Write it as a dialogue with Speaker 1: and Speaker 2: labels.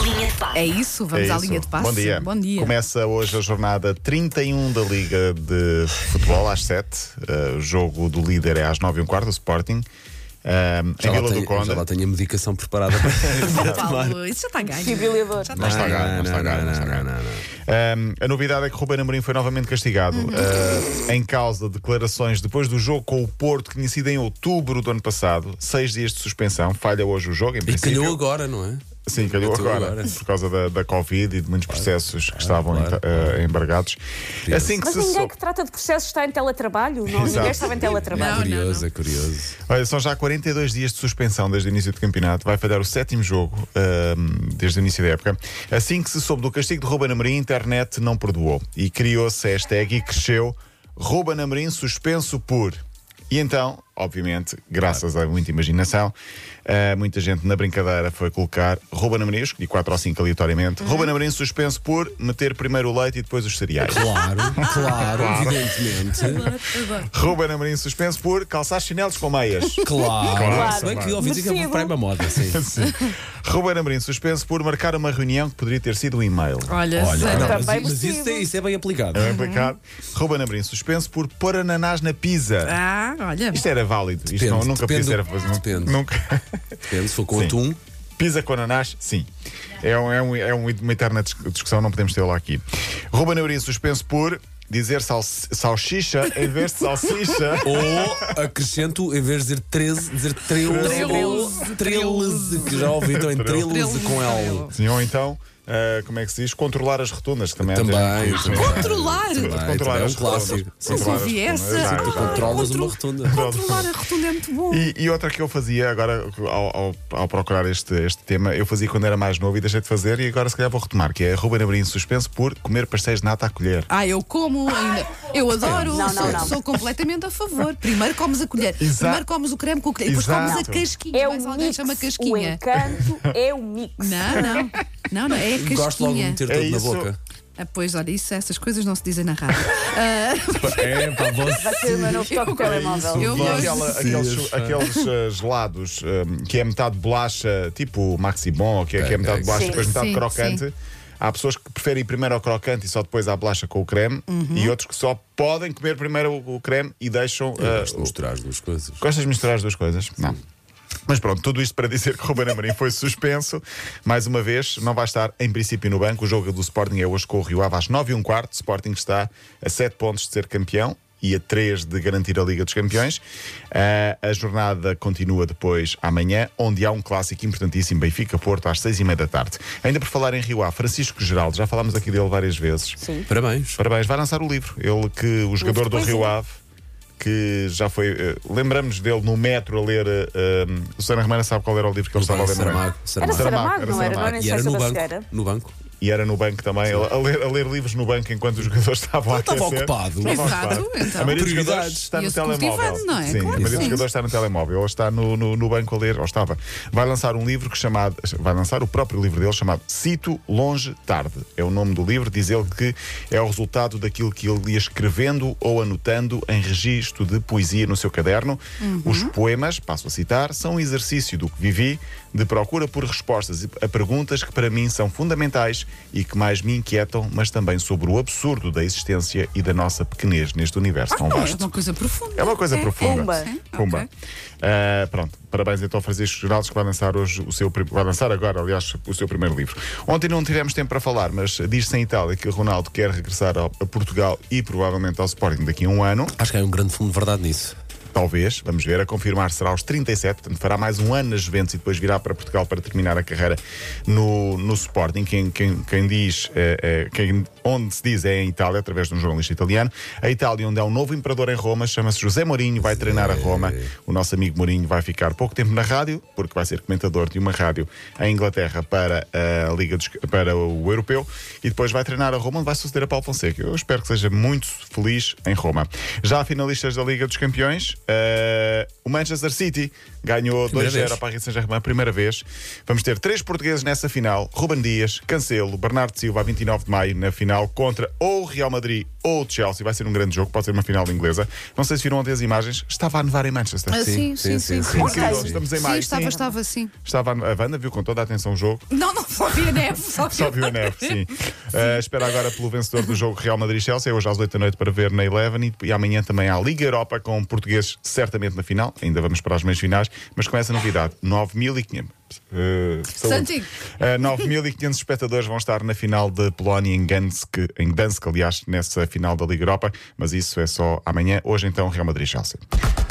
Speaker 1: Linha de passe.
Speaker 2: É isso, vamos
Speaker 3: É
Speaker 2: à
Speaker 3: isso.
Speaker 2: linha de passe.
Speaker 3: Bom dia. é?
Speaker 2: Bom dia.
Speaker 3: Começa hoje a jornada 31 da Liga de Futebol, às 7. Uh, o jogo do líder é às 9 e um quarto, o Sporting. Um, em
Speaker 4: Já
Speaker 3: Vila
Speaker 4: lá,
Speaker 3: do
Speaker 4: tenho, já
Speaker 3: Conde.
Speaker 4: lá tenho a medicação preparada para
Speaker 2: Ó, Paulo, isso já está ganho. Já está
Speaker 3: Não está ganho, não está ganho, não está ganho. Um, a novidade é que Ruben Amorim foi novamente castigado
Speaker 2: Uhum.
Speaker 3: uh, em causa de declarações depois do jogo com o Porto, que tinha sido em outubro do ano passado. Seis dias de suspensão. Falha hoje o jogo, em
Speaker 4: E
Speaker 3: princípio.
Speaker 4: calhou agora, não é?
Speaker 3: Sim, calhou
Speaker 4: Calhou
Speaker 3: agora,
Speaker 4: agora.
Speaker 3: por causa da, da Covid e de muitos processos que estavam
Speaker 4: claro.
Speaker 3: eh, embargados. Assim que
Speaker 5: Mas
Speaker 3: se
Speaker 5: ninguém
Speaker 3: soube-
Speaker 5: que trata de processos está em teletrabalho, não?
Speaker 3: Exato.
Speaker 5: Ninguém estava em
Speaker 2: Não,
Speaker 5: teletrabalho.
Speaker 4: curioso, é curioso.
Speaker 3: Olha, são já 42 dias de suspensão desde o início do campeonato. Vai falhar o sétimo jogo ahm, desde o início da época. Assim que se soube do castigo de Ruben Amorim, a internet não perdoou. E criou-se a hashtag e cresceu Ruben Amorim suspenso por... E então, obviamente, graças a muita imaginação, ah, muita gente na brincadeira foi colocar Ruben Amorim, eu escolhi 4 ou 5 aleatoriamente, Ruben Amorim suspenso por meter primeiro o leite e depois os cereais.
Speaker 4: Claro, claro, evidentemente.
Speaker 2: Adoro, adoro.
Speaker 3: Ruben Amorim suspenso por calçar chinelos com meias.
Speaker 4: Claro.
Speaker 3: Claro,
Speaker 4: Se bem que
Speaker 3: claro.
Speaker 4: ouvi dizer que é
Speaker 5: Merecido.
Speaker 4: para uma moda, sim.
Speaker 3: Sim. Ruben Amorim suspenso por marcar uma reunião que poderia ter sido um e-mail.
Speaker 4: Ah.
Speaker 2: Olha,
Speaker 4: Olha,
Speaker 2: Zé,
Speaker 4: não, mas,
Speaker 5: Também
Speaker 4: mas isso,
Speaker 5: possível.
Speaker 4: é, isso é bem aplicado.
Speaker 3: É complicado. Ruben Amorim suspenso por pôr ananás na pizza.
Speaker 2: Ah, olha.
Speaker 3: Isto é era válido. Isto
Speaker 4: Depende,
Speaker 3: não- nunca
Speaker 4: depende
Speaker 3: podia ser.
Speaker 4: do-
Speaker 3: pois não-
Speaker 4: depende.
Speaker 3: um- Nunca.
Speaker 4: Depende, se for com
Speaker 3: Sim.
Speaker 4: atum,
Speaker 3: Pizza com ananás, sim. É, um- é um- é um- uma eterna dis- discussão, não podemos tê-la aqui. Ruben Amorim suspenso por dizer sal- salsicha em vez de salsicha.
Speaker 4: ou acrescento, em vez de dizer 13, dizer 13 ou 13, que já ouvi também 13 com L.
Speaker 3: Sim, ou então, ah, como é que se diz? Controlar as rotundas, que também,
Speaker 4: Também,
Speaker 3: é
Speaker 4: também.
Speaker 2: Controlar.
Speaker 4: Também.
Speaker 3: Controlar
Speaker 4: é um
Speaker 3: as rotundas.
Speaker 4: clássico. Sim,
Speaker 3: Controlar
Speaker 2: ouvi
Speaker 3: as rotundas. é
Speaker 2: essa.
Speaker 3: Já, já.
Speaker 4: Tu controlas uma
Speaker 2: Contro-
Speaker 4: rotunda.
Speaker 2: Controlar a rotunda é muito bom.
Speaker 3: E, e outra que eu fazia agora, ao, ao- ao procurar este, este tema, eu fazia quando era mais novo e deixei de fazer, e agora se calhar vou retomar, que é Ruben Amorim suspenso por comer pastéis de nata à colher.
Speaker 2: Ah, eu como ainda. Eu adoro,
Speaker 5: Não, não,
Speaker 2: sou,
Speaker 5: não.
Speaker 2: sou completamente a favor. Primeiro comes a colher,
Speaker 3: Exato.
Speaker 2: primeiro comes o creme com o creme, depois
Speaker 3: Exato.
Speaker 2: comes a casquinha.
Speaker 5: É um
Speaker 2: mais
Speaker 5: mix.
Speaker 2: alguém chama
Speaker 5: O
Speaker 2: casquinha.
Speaker 5: encanto é um mix.
Speaker 2: Não, não. Não, não, é a casquinha.
Speaker 4: Gosto logo de meter
Speaker 3: É
Speaker 4: tudo na
Speaker 3: isso.
Speaker 4: boca.
Speaker 2: Ah, pois, olha, isso, essas coisas não se dizem na rádio.
Speaker 4: É, para você.
Speaker 5: Vai ser o meu novo toque de telemóvel.
Speaker 2: Eu
Speaker 3: E
Speaker 2: gosto.
Speaker 3: aquela- aqueles
Speaker 4: Sim, sim.
Speaker 3: aqueles ah, gelados hum, que é metade bolacha, tipo Maxi Bon, que é, que é metade
Speaker 4: ok.
Speaker 3: bolacha e
Speaker 5: Sim.
Speaker 3: depois metade
Speaker 2: Sim,
Speaker 3: crocante.
Speaker 2: sim.
Speaker 3: Há pessoas que preferem ir primeiro ao crocante e só depois à bolacha com o creme,
Speaker 2: Uhum.
Speaker 3: e outros que só podem comer primeiro o, o creme e deixam. ah,
Speaker 4: Gosto de misturar as duas coisas.
Speaker 3: Gostas de misturar as duas coisas? Não. Mas pronto, tudo isto para dizer que Ruben Amorim foi suspenso. Mais uma vez, não vai estar em princípio no banco. O jogo do Sporting é hoje com o Rio Ave às 9 e um quarto. O Sporting está a 7 pontos de ser campeão e a 3 de garantir a Liga dos Campeões. Ah, a jornada continua depois amanhã, onde há um clássico importantíssimo, Benfica-Porto, às 6 e meia da tarde. Ainda por falar em Rio Ave, Francisco Geraldo, já falámos aqui dele várias vezes.
Speaker 5: Sim.
Speaker 4: Parabéns.
Speaker 3: Parabéns, vai lançar o livro. Ele que o jogador do
Speaker 5: poesia.
Speaker 3: Rio Ave, que já foi. eh, lembramos dele no metro a ler. eh, um, o Susana Romana sabe qual era o livro que ele estava a ler no
Speaker 4: Saramago.
Speaker 3: metro.
Speaker 5: Era
Speaker 4: Saramago.
Speaker 3: Saramago, era
Speaker 5: Saramago, não era? Não
Speaker 3: Saramago.
Speaker 5: era
Speaker 4: E era
Speaker 5: Incesto
Speaker 4: no
Speaker 5: da Cegueira?
Speaker 4: banco. No banco.
Speaker 3: E era no banco também, ele, a, ler, a ler livros no banco enquanto os jogadores estavam a
Speaker 4: estava
Speaker 3: aquecer.
Speaker 4: ocupado.
Speaker 3: Estava
Speaker 2: Exato, então.
Speaker 3: A maioria dos
Speaker 4: Prioridades.
Speaker 3: jogadores está no
Speaker 2: Ia-se
Speaker 3: telemóvel.
Speaker 2: cultivando, não é? Claro
Speaker 3: Sim, a
Speaker 2: que
Speaker 3: maioria dos
Speaker 2: sim.
Speaker 3: jogadores está no telemóvel, ou está no, no, no banco a ler, ou estava. Vai lançar um livro que chamado. Vai lançar o próprio livro dele chamado Cito Longe Tarde. É o nome do livro, diz ele que é o resultado daquilo que ele ia escrevendo ou anotando em registro de poesia no seu caderno. Os poemas, passo a citar, são um exercício do que vivi, de procura por respostas a perguntas que para mim são fundamentais e que mais me inquietam, mas também sobre o absurdo da existência e da nossa pequenez neste universo tão
Speaker 2: Não, é
Speaker 3: vasto.
Speaker 2: uma coisa profunda. É?
Speaker 3: É uma coisa profunda.
Speaker 5: Pumba.
Speaker 2: Sim,
Speaker 3: Pumba.
Speaker 2: ok.
Speaker 3: Ah, pronto, parabéns então ao Francisco Geraldes que vai lançar hoje o seu prim- vai lançar agora, aliás, o seu primeiro livro. Ontem não tivemos tempo para falar, mas diz-se em Itália que Ronaldo quer regressar ao- a Portugal e provavelmente ao Sporting daqui a um ano.
Speaker 4: Acho que há um grande fundo de verdade nisso.
Speaker 3: Talvez, vamos ver, a confirmar será aos 37, portanto fará mais um ano na Juventus e depois virá para Portugal para terminar a carreira no, no Sporting. Quem, quem, quem diz, eh, eh, quem- onde se diz é em Itália, através de um jornalista italiano. A Itália, onde há um novo imperador em Roma, chama-se José Mourinho, vai treinar a Roma. O nosso amigo Mourinho vai ficar pouco tempo na rádio, porque vai ser comentador de uma rádio em Inglaterra para a Liga dos- para o Europeu e depois vai treinar a Roma, onde vai suceder a Paulo Fonseca. Eu espero que seja muito feliz em Roma. Já a finalistas da Liga dos Campeões, eh, o Manchester City ganhou
Speaker 4: Primeira
Speaker 3: 2-0
Speaker 4: vez.
Speaker 3: a Paris Saint-Germain, primeira vez. Vamos ter três portugueses nessa final: Ruben Dias, Cancelo, Bernardo Silva, a 29 de maio, na final. final contra ou Real Madrid ou Chelsea. Vai ser um grande jogo, pode ser uma final inglesa. Não sei se viram ontem as imagens, estava a nevar em Manchester.
Speaker 2: Ah, sim, sim, sim. sim,
Speaker 5: sim,
Speaker 2: sim.
Speaker 5: sim.
Speaker 3: Incrível, Estamos em
Speaker 2: Sim,
Speaker 3: maio.
Speaker 2: estava,
Speaker 3: sim.
Speaker 2: estava assim.
Speaker 3: Estava a a Wanda viu com toda a atenção o jogo.
Speaker 2: Não, não, só vi a neve. Só um vi,
Speaker 3: Só viu a neve, sim. Uh, espera agora pelo vencedor do jogo Real Madrid-Chelsea, É hoje às 8 da noite para ver na Eleven e, e amanhã também há Liga Europa com portugueses certamente na final. Ainda vamos para as meias finais, mas com essa novidade, 9.500. Uh, saúde.
Speaker 2: Santinho.
Speaker 3: Uh, 9.500 espectadores vão estar na final de Polónia em Gdansk, em Gdansk, aliás, nessa final da Liga Europa, mas isso é só amanhã. Hoje, então, Real Madrid-Chelsea.
Speaker 1: É,